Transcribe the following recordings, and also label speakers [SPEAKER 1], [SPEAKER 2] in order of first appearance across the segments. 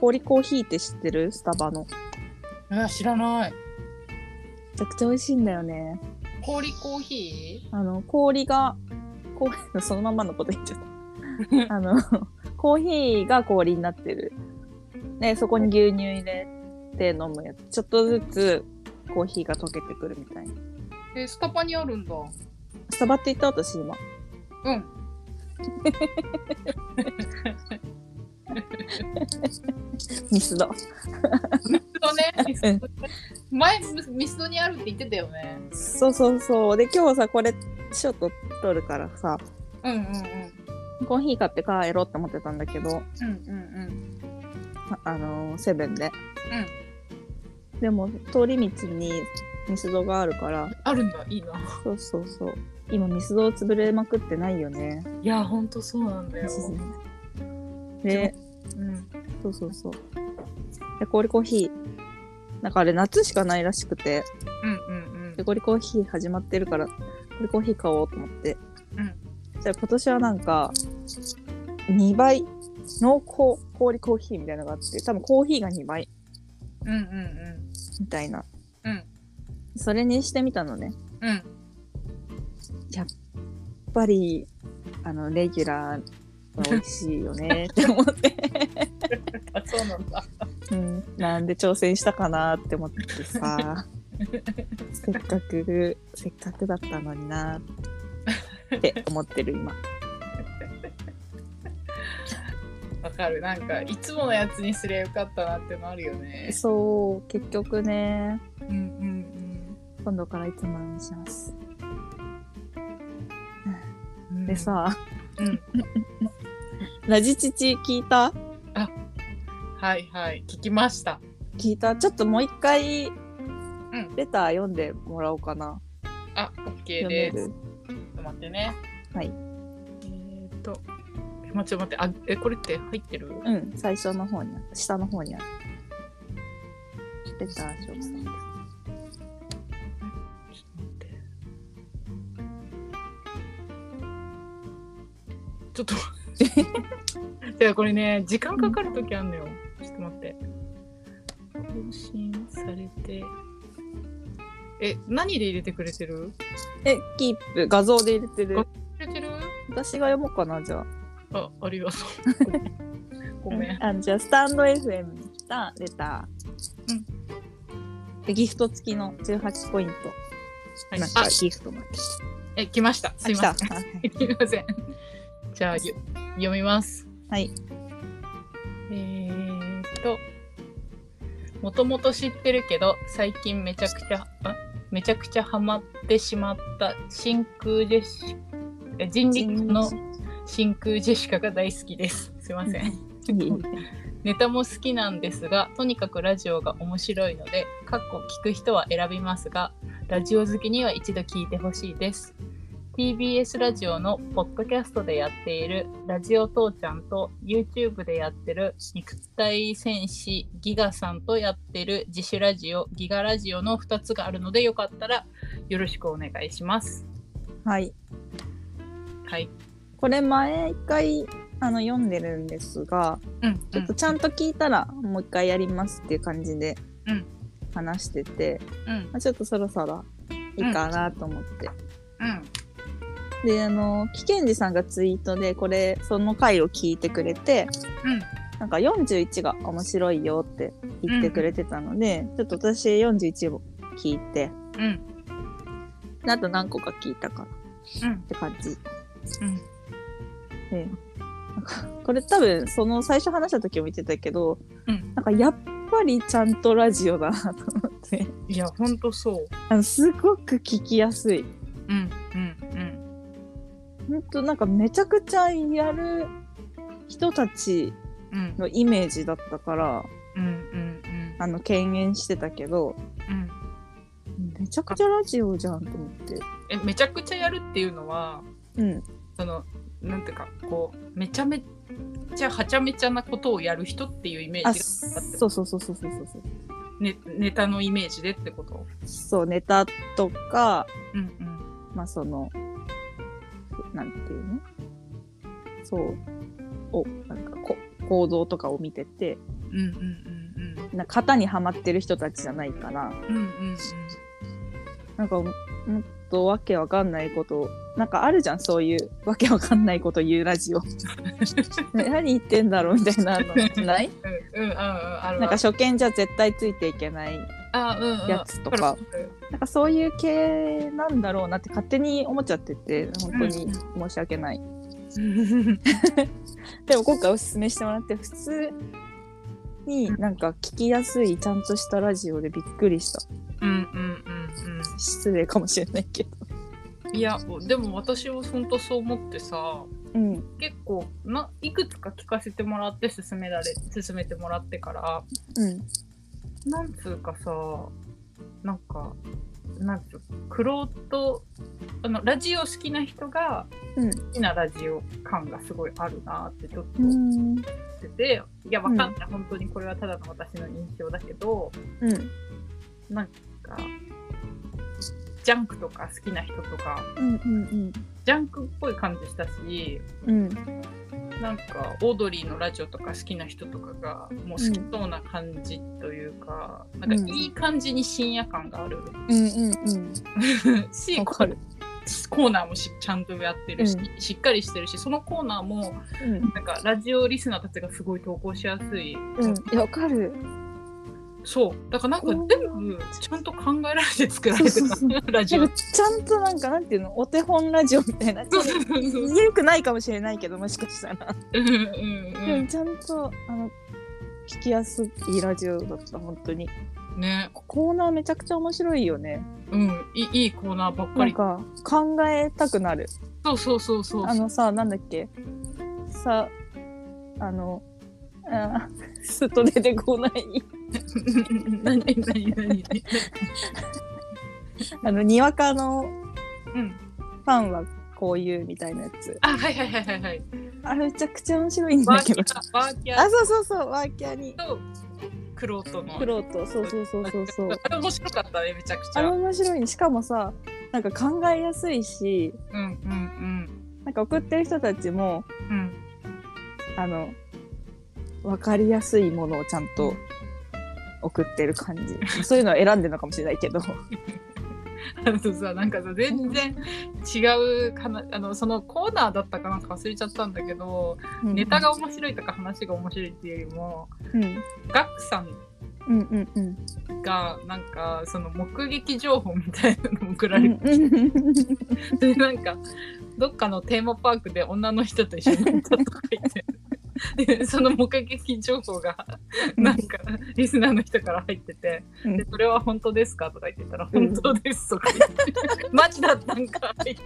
[SPEAKER 1] 氷コーヒーって知ってるスタバの。め
[SPEAKER 2] えー知らない。
[SPEAKER 1] ちゃくちゃ美味しいんだよね。
[SPEAKER 2] 氷コーヒ
[SPEAKER 1] あの、氷が、氷、そのまんまのこと言っちゃった。 あの、コーヒーが氷になってる。ね、そこに牛乳入れて飲むやつ。ちょっとずつコーヒーが溶けてくるみたいな。
[SPEAKER 2] ーえースタバにあるんだ。
[SPEAKER 1] スタバって言った私今。
[SPEAKER 2] うん。
[SPEAKER 1] ミスド。
[SPEAKER 2] ミスドね。ミスドね 前、ミスドにあるって言ってたよね。
[SPEAKER 1] そうそうそう。で、今日さ、これ、ショート取るからさ、
[SPEAKER 2] うんうんうん。
[SPEAKER 1] コーヒー買って帰ろうって思ってたんだけど、
[SPEAKER 2] うんうん
[SPEAKER 1] ああのーセブンで。でも、通り道にミスドがあるから、
[SPEAKER 2] あるんだ、いいな。
[SPEAKER 1] そうそうそう。今、ミスドを潰れまくってないよね。
[SPEAKER 2] いや、ほんとそうなんだよ。
[SPEAKER 1] で、
[SPEAKER 2] うん。
[SPEAKER 1] そうそうそう。で、氷コーヒー。なんかあれ、夏しかないらしくて、
[SPEAKER 2] うんうん
[SPEAKER 1] で、氷コーヒー始まってるから、氷コーヒー買おうと思って。
[SPEAKER 2] うん。
[SPEAKER 1] じゃあ今年はなんか、2倍、濃厚氷コーヒーみたいなのがあって、多分コーヒーが2倍
[SPEAKER 2] うん。うんうん
[SPEAKER 1] みたいな。
[SPEAKER 2] うん。うん。
[SPEAKER 1] それにしてみたのね。
[SPEAKER 2] うん。
[SPEAKER 1] やっぱり、あの、レギュラーは美味しいよ ねって思って。
[SPEAKER 2] あ、そうなんだ。
[SPEAKER 1] うん、なんで挑戦したかなって思って させっかくせっかくだったのになって思ってる 今
[SPEAKER 2] わかる。なんか、いつものやつにすりゃよかったなってのあるよね。
[SPEAKER 1] そう結局ね
[SPEAKER 2] うんうん
[SPEAKER 1] 今度からいつものにします
[SPEAKER 2] うん。
[SPEAKER 1] で、さ、
[SPEAKER 2] うん
[SPEAKER 1] ラジチチ聞いた
[SPEAKER 2] はいはい。聞きました。
[SPEAKER 1] 聞いたちょっともう一回
[SPEAKER 2] ん
[SPEAKER 1] レター読んでもらおうかな、
[SPEAKER 2] あ、
[SPEAKER 1] 読
[SPEAKER 2] OK
[SPEAKER 1] め
[SPEAKER 2] です。
[SPEAKER 1] る
[SPEAKER 2] ちょっと待ってね。
[SPEAKER 1] はい。
[SPEAKER 2] えーっと、え待って待って、あ、え、これって入ってる
[SPEAKER 1] うん最初の方にある下の方にあるレター紹介
[SPEAKER 2] ちょっと待ってちょっと待 って。いや、これね、時間かかるときあんのよ。ちょっと待って。更新されて。え、何で入れてくれてる
[SPEAKER 1] えキープ画像で入れてる
[SPEAKER 2] あ入れてる
[SPEAKER 1] 私が読もうかなじゃあ
[SPEAKER 2] あ、ありが とう。ごめん。
[SPEAKER 1] あのじゃあスタンド FM に来たレター、
[SPEAKER 2] うん
[SPEAKER 1] でギフト付きの18ポイントなんか
[SPEAKER 2] あ、
[SPEAKER 1] ギフトもあって
[SPEAKER 2] え、来ました。すいません
[SPEAKER 1] あ。来たあはい
[SPEAKER 2] すみません。じゃあ、よ読みます。
[SPEAKER 1] はい。
[SPEAKER 2] えーっと、もともと知ってるけど、最近めちゃくちゃ、あめちゃくちゃハマってしまった真空ジェシえ人力の真空ジェシカが大好きです。すいません。
[SPEAKER 1] いいいい
[SPEAKER 2] ネタも好きなんですが、とにかくラジオが面白いので、かっこ聞く人は選びますが、ラジオ好きには一度聞いてほしいです。TBS ラジオのポッドキャストでやっているラジオ父ちゃんと YouTube でやってる肉体戦士ギガさんとやってる自主ラジオギガラジオの2つがあるのでよかったらよろしくお願いします。
[SPEAKER 1] はい
[SPEAKER 2] はい。
[SPEAKER 1] これ前一回あの読んでるんですが
[SPEAKER 2] うん、
[SPEAKER 1] ちょっとちゃんと聞いたらもう一回やりますっていう感じで
[SPEAKER 2] うん
[SPEAKER 1] 話してて、
[SPEAKER 2] うん
[SPEAKER 1] まあ、ちょっとそろそろいいかなと思って、
[SPEAKER 2] うん
[SPEAKER 1] であの危険児さんがツイートでこれその回を聞いてくれて、
[SPEAKER 2] うん
[SPEAKER 1] なんか41が面白いよって言ってくれてたので、ちょっと私41を聞いて、
[SPEAKER 2] うん
[SPEAKER 1] あと何個か聞いたからっ
[SPEAKER 2] うん
[SPEAKER 1] て感じ。
[SPEAKER 2] うん
[SPEAKER 1] で、なんかこれ多分その最初話した時も言ってたけど、
[SPEAKER 2] うん
[SPEAKER 1] なんかやっぱりちゃんとラジオだなと思って、
[SPEAKER 2] いやほんとそう。
[SPEAKER 1] あのすごく聞きやすい。
[SPEAKER 2] うんうんうん。
[SPEAKER 1] ほんとなんかめちゃくちゃやる人たち
[SPEAKER 2] うん
[SPEAKER 1] のイメージだったから、
[SPEAKER 2] うんうん
[SPEAKER 1] あの、敬遠してたけど、
[SPEAKER 2] うんうん
[SPEAKER 1] めちゃくちゃラジオじゃんと思って。
[SPEAKER 2] えめちゃくちゃやるっていうのは
[SPEAKER 1] うん。
[SPEAKER 2] そのなんていうかこうめちゃめちゃはちゃめちゃなことをやる人っていうイメー
[SPEAKER 1] あ、
[SPEAKER 2] ジが
[SPEAKER 1] そうそうそうそうそうそうそう。
[SPEAKER 2] ネネタのイメージでってこと
[SPEAKER 1] そう、ネタとか、
[SPEAKER 2] うん
[SPEAKER 1] まあその、なんていうのそう、を、なんかこ行動とかを見てて、
[SPEAKER 2] うんうんうん
[SPEAKER 1] な型にはまってる人たちじゃないから
[SPEAKER 2] うんうんうんうん
[SPEAKER 1] なんかももっとわけわかんないことなんかあるじゃんそういうわけわかんないこと言うラジ オね何言ってんだろうみたいなのない
[SPEAKER 2] うんうんうんある
[SPEAKER 1] なんか初見じゃ絶対ついていけない
[SPEAKER 2] あうんうん
[SPEAKER 1] やつとかなんかそういう系なんだろうなって勝手に思っちゃってて本当に申し訳ない、でも今回おすすめしてもらって普通になんか聞きやすいちゃんとしたラジオでびっくりした
[SPEAKER 2] うんうんうん
[SPEAKER 1] 失礼かもしれないけど
[SPEAKER 2] うんいやでも私は本当そう思ってさ
[SPEAKER 1] うん
[SPEAKER 2] 結構ないくつか聞かせてもらって勧められ勧めてもらってから
[SPEAKER 1] うん
[SPEAKER 2] なんつうかさなんかなんつうくろうとあのラジオ好きな人が
[SPEAKER 1] うん
[SPEAKER 2] 好きなラジオ感がすごいあるなってちょっと
[SPEAKER 1] う
[SPEAKER 2] 思
[SPEAKER 1] ん
[SPEAKER 2] ってて、いやわかんない、本当にこれはただの私の印象だけど
[SPEAKER 1] うん
[SPEAKER 2] なんかジャンクとか好きな人とか
[SPEAKER 1] うんうん
[SPEAKER 2] ジャンクっぽい感じしたし
[SPEAKER 1] うん
[SPEAKER 2] なんかオードリーのラジオとか好きな人とかがもう好きそうな感じというか、なんかいい感じに深夜感がある、
[SPEAKER 1] うんうんう
[SPEAKER 2] し
[SPEAKER 1] んわかる
[SPEAKER 2] コーナーもしちゃんとやってるし、
[SPEAKER 1] う
[SPEAKER 2] しっかりしてるしそのコーナーも
[SPEAKER 1] うん
[SPEAKER 2] なんかラジオリスナーたちがすごい投稿しやすい、
[SPEAKER 1] うんいやわかる
[SPEAKER 2] そうだからなんか
[SPEAKER 1] コーナー
[SPEAKER 2] 全部ちゃんと考えられて作られて
[SPEAKER 1] そうそう
[SPEAKER 2] たラジ
[SPEAKER 1] な
[SPEAKER 2] オ
[SPEAKER 1] ん。かちゃんとなんかなんていうのお手本ラジオみたいな
[SPEAKER 2] そうそうそうそう
[SPEAKER 1] よくないかもしれないけどもしかしたら
[SPEAKER 2] うんうんう
[SPEAKER 1] でも
[SPEAKER 2] ん
[SPEAKER 1] ちゃんとあの聞きやすいラジオだった本当に
[SPEAKER 2] ね、
[SPEAKER 1] コーナーめちゃくちゃ面白いよね
[SPEAKER 2] うん、いいいいコーナーばっか
[SPEAKER 1] なん
[SPEAKER 2] り。
[SPEAKER 1] か考えたくなる
[SPEAKER 2] そうそうそうそう。
[SPEAKER 1] あのさなんだっけさあのあーすっと出てこない
[SPEAKER 2] 何何何何。
[SPEAKER 1] あのにわかの
[SPEAKER 2] うん。
[SPEAKER 1] ファンはこういうみたいなやつ
[SPEAKER 2] あはいはいはいはいはい。
[SPEAKER 1] あれめちゃくちゃ面白いん
[SPEAKER 2] ワ
[SPEAKER 1] だ
[SPEAKER 2] ーキ
[SPEAKER 1] け
[SPEAKER 2] ャ
[SPEAKER 1] ど
[SPEAKER 2] ーワーキャー
[SPEAKER 1] あそうそうそうワーキャーに
[SPEAKER 2] とクロートの。
[SPEAKER 1] クロートそうそうそうそうそう
[SPEAKER 2] あれ面白かったねめちゃくち
[SPEAKER 1] あれ
[SPEAKER 2] ゃ。
[SPEAKER 1] 面白いねしかもさなんか考えやすいし
[SPEAKER 2] うんうん
[SPEAKER 1] なんか送ってる人たちも
[SPEAKER 2] うんうん。
[SPEAKER 1] あの、わかりやすいものをちゃんと送ってる感じ。そういうのを選んでるのかもしれないけど。
[SPEAKER 2] あのさなんかさ全然違うかなあのそのコーナーだったかなんか忘れちゃったんだけど、ネタが面白いとか話が面白いっていうよりも
[SPEAKER 1] うん。
[SPEAKER 2] ガックさん
[SPEAKER 1] うんうんうん。
[SPEAKER 2] がなんかその目撃情報みたいなのを送
[SPEAKER 1] う
[SPEAKER 2] られ
[SPEAKER 1] んうん
[SPEAKER 2] て、なんかどっかのテーマパークで女の人と一緒に行ったとか言ってでその目撃情報がなんかリスナーの人から入ってて「
[SPEAKER 1] うん
[SPEAKER 2] でそれは本当ですか?」とか言ってたら「
[SPEAKER 1] うん
[SPEAKER 2] 本当です」とか言って「 マジだったんか」みたい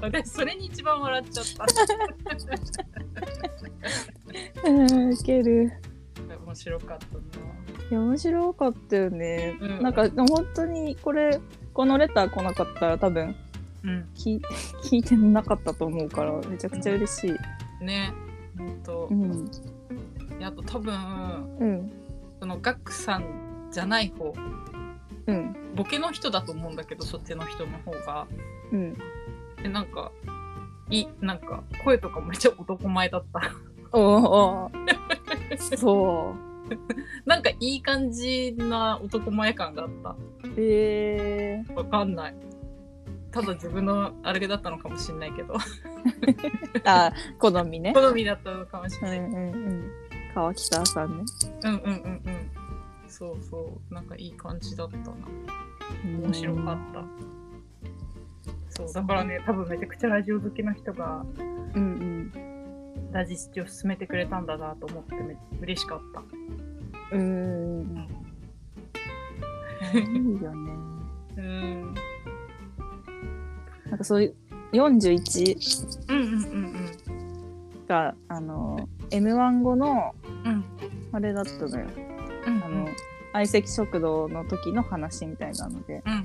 [SPEAKER 2] な私それに一番笑っちゃった
[SPEAKER 1] うん。いける。
[SPEAKER 2] 面白かったない
[SPEAKER 1] や、面白かったよね。
[SPEAKER 2] うん
[SPEAKER 1] なんか、でも本当にこれ、このレター来なかったら多分
[SPEAKER 2] うん
[SPEAKER 1] 聞い 聞いてなかったと思うから、めちゃくちゃ嬉しい。
[SPEAKER 2] ね本当
[SPEAKER 1] うん。
[SPEAKER 2] であと多分
[SPEAKER 1] うん。
[SPEAKER 2] そのガックさんじゃない方
[SPEAKER 1] うん。
[SPEAKER 2] ボケの人だと思うんだけどそっちの人の方が
[SPEAKER 1] うん。
[SPEAKER 2] でなんかいなんか声とかめっちゃ男前だった
[SPEAKER 1] おーおーそ
[SPEAKER 2] なんかいい感じな男前感があった
[SPEAKER 1] う。へえ
[SPEAKER 2] わかんない。ただ自分のあれだったのかもしれないけど、
[SPEAKER 1] ー。あ、好みね。
[SPEAKER 2] 好みだったのかもしれ
[SPEAKER 1] うん
[SPEAKER 2] な
[SPEAKER 1] う
[SPEAKER 2] い。
[SPEAKER 1] んうん。川北さんね。
[SPEAKER 2] うんうんうんうん。そうそう、なんかいい感じだったな。面白かった。そう、だからね、多分めちゃくちゃラジオ好きな人が
[SPEAKER 1] た。うん
[SPEAKER 2] ラジスチを勧めてくれたんだなと思ってめ嬉しかった。
[SPEAKER 1] うん。うーん。いいよね。
[SPEAKER 2] うん。
[SPEAKER 1] なんかそういう41
[SPEAKER 2] うんうんうん
[SPEAKER 1] があの M1 後の
[SPEAKER 2] うん。うん。
[SPEAKER 1] あれだったのよ。
[SPEAKER 2] うんうん
[SPEAKER 1] あの相席食堂の時の話みたいなので
[SPEAKER 2] うんうん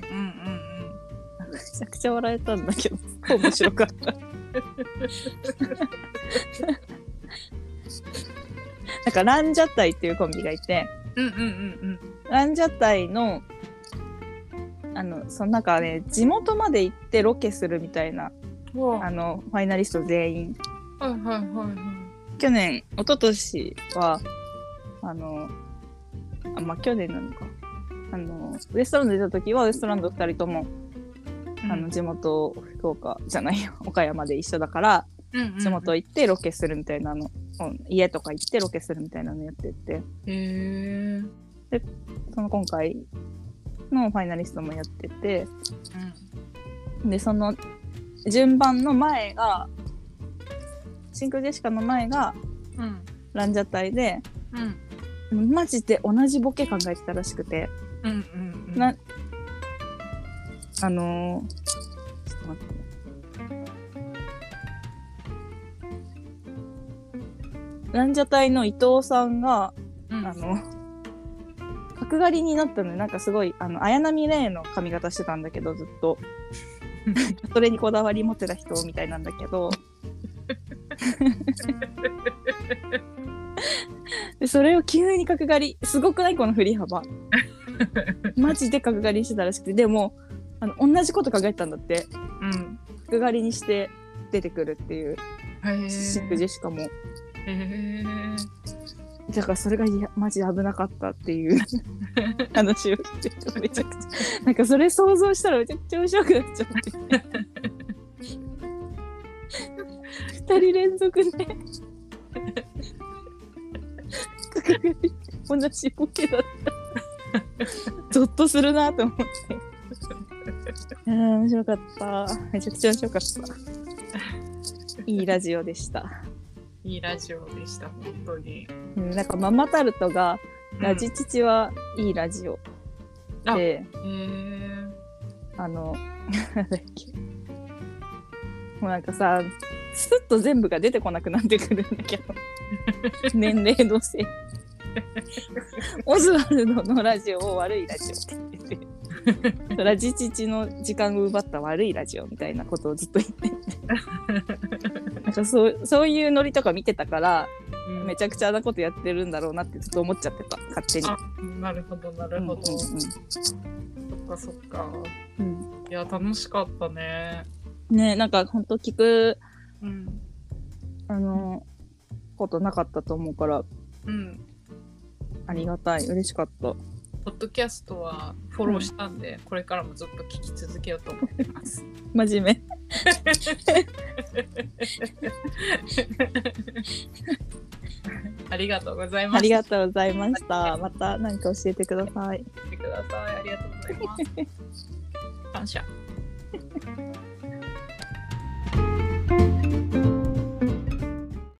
[SPEAKER 1] めちゃくちゃ笑えたんだけど 面白かった。なんかランジャタイっていうコンビがいて。
[SPEAKER 2] うんうんうんうん
[SPEAKER 1] ランジャタイの、あの、そのなんかね、地元まで行ってロケするみたいな、
[SPEAKER 2] うん。わ
[SPEAKER 1] あの、ファイナリスト全員。
[SPEAKER 2] あはいはいはいはい。
[SPEAKER 1] 去年、一昨年は、あのあまあ去年なのかあのウエストランド出た時はウエストランド2人とも、あの地元福岡じゃないよ岡山で一緒だから地元
[SPEAKER 2] へ
[SPEAKER 1] 行ってロケするみたいなの、うん家とか行ってロケするみたいなのやってて
[SPEAKER 2] え
[SPEAKER 1] その今回のファイナリストもやっててでその順番の前が真空ジェシカの前が
[SPEAKER 2] うんうん
[SPEAKER 1] ランジャタイで
[SPEAKER 2] うん
[SPEAKER 1] マジで同じボケ考えてたらしくて
[SPEAKER 2] うんうんうん
[SPEAKER 1] なあのー、ちょっと待ってね。ランジャタイの伊藤さんが、
[SPEAKER 2] うん
[SPEAKER 1] あの、角刈りになったのよなんかすごい、あの、綾波レイの髪型してたんだけど、ずっと。それにこだわり持ってた人みたいなんだけ ど。でそれを急に角刈り、すごくないこの振り幅。マジで角刈りにしてたらしくて、でも、あの同じこと考えてたんだって。
[SPEAKER 2] うん
[SPEAKER 1] 角刈りにして出てくるっていう、
[SPEAKER 2] へえ
[SPEAKER 1] シックジェシカも。
[SPEAKER 2] へえ
[SPEAKER 1] だからそれがいやマジ危なかったって いう話をしててめちゃくちゃなんかそれ想像したらめちゃくちゃ面白くなっちゃって2人連続で同じボケだったゾッとするなと思ってあー面白かっためちゃくちゃ面白かったいいラジオでした
[SPEAKER 2] いいラジオでした本当に
[SPEAKER 1] うんなんかママタルトが「ラジチチはいいラジオ」
[SPEAKER 2] あ
[SPEAKER 1] で、
[SPEAKER 2] うん
[SPEAKER 1] あの なんだっけもうなんかさスッと全部が出てこなくなってくるんだけ ど年齢のせいオズワルドのラジオを悪いラジオって言っててラジチチの時間を奪った悪いラジオみたいなことをずっと言っててなんかそうそういうノリとか見てたから
[SPEAKER 2] うん
[SPEAKER 1] めちゃくちゃなことやってるんだろうなってずっと思っちゃってた勝手に。
[SPEAKER 2] あなるほどなるほど、そっかそっか
[SPEAKER 1] うんうんうん
[SPEAKER 2] いや楽しかったね
[SPEAKER 1] ねえなんか本当聞く
[SPEAKER 2] うん
[SPEAKER 1] あのことなかったと思うから
[SPEAKER 2] うん
[SPEAKER 1] ありがたい嬉しかった。
[SPEAKER 2] ポッドキャストはフォローしたんで、これからもずっと聞き続けよう と思ってます
[SPEAKER 1] 真面
[SPEAKER 2] ありがとうござい
[SPEAKER 1] 目あ
[SPEAKER 2] ま
[SPEAKER 1] り
[SPEAKER 2] す。
[SPEAKER 1] がとうございました。また何か教えてください。
[SPEAKER 2] 聞いてください。ありがとうございます。感謝。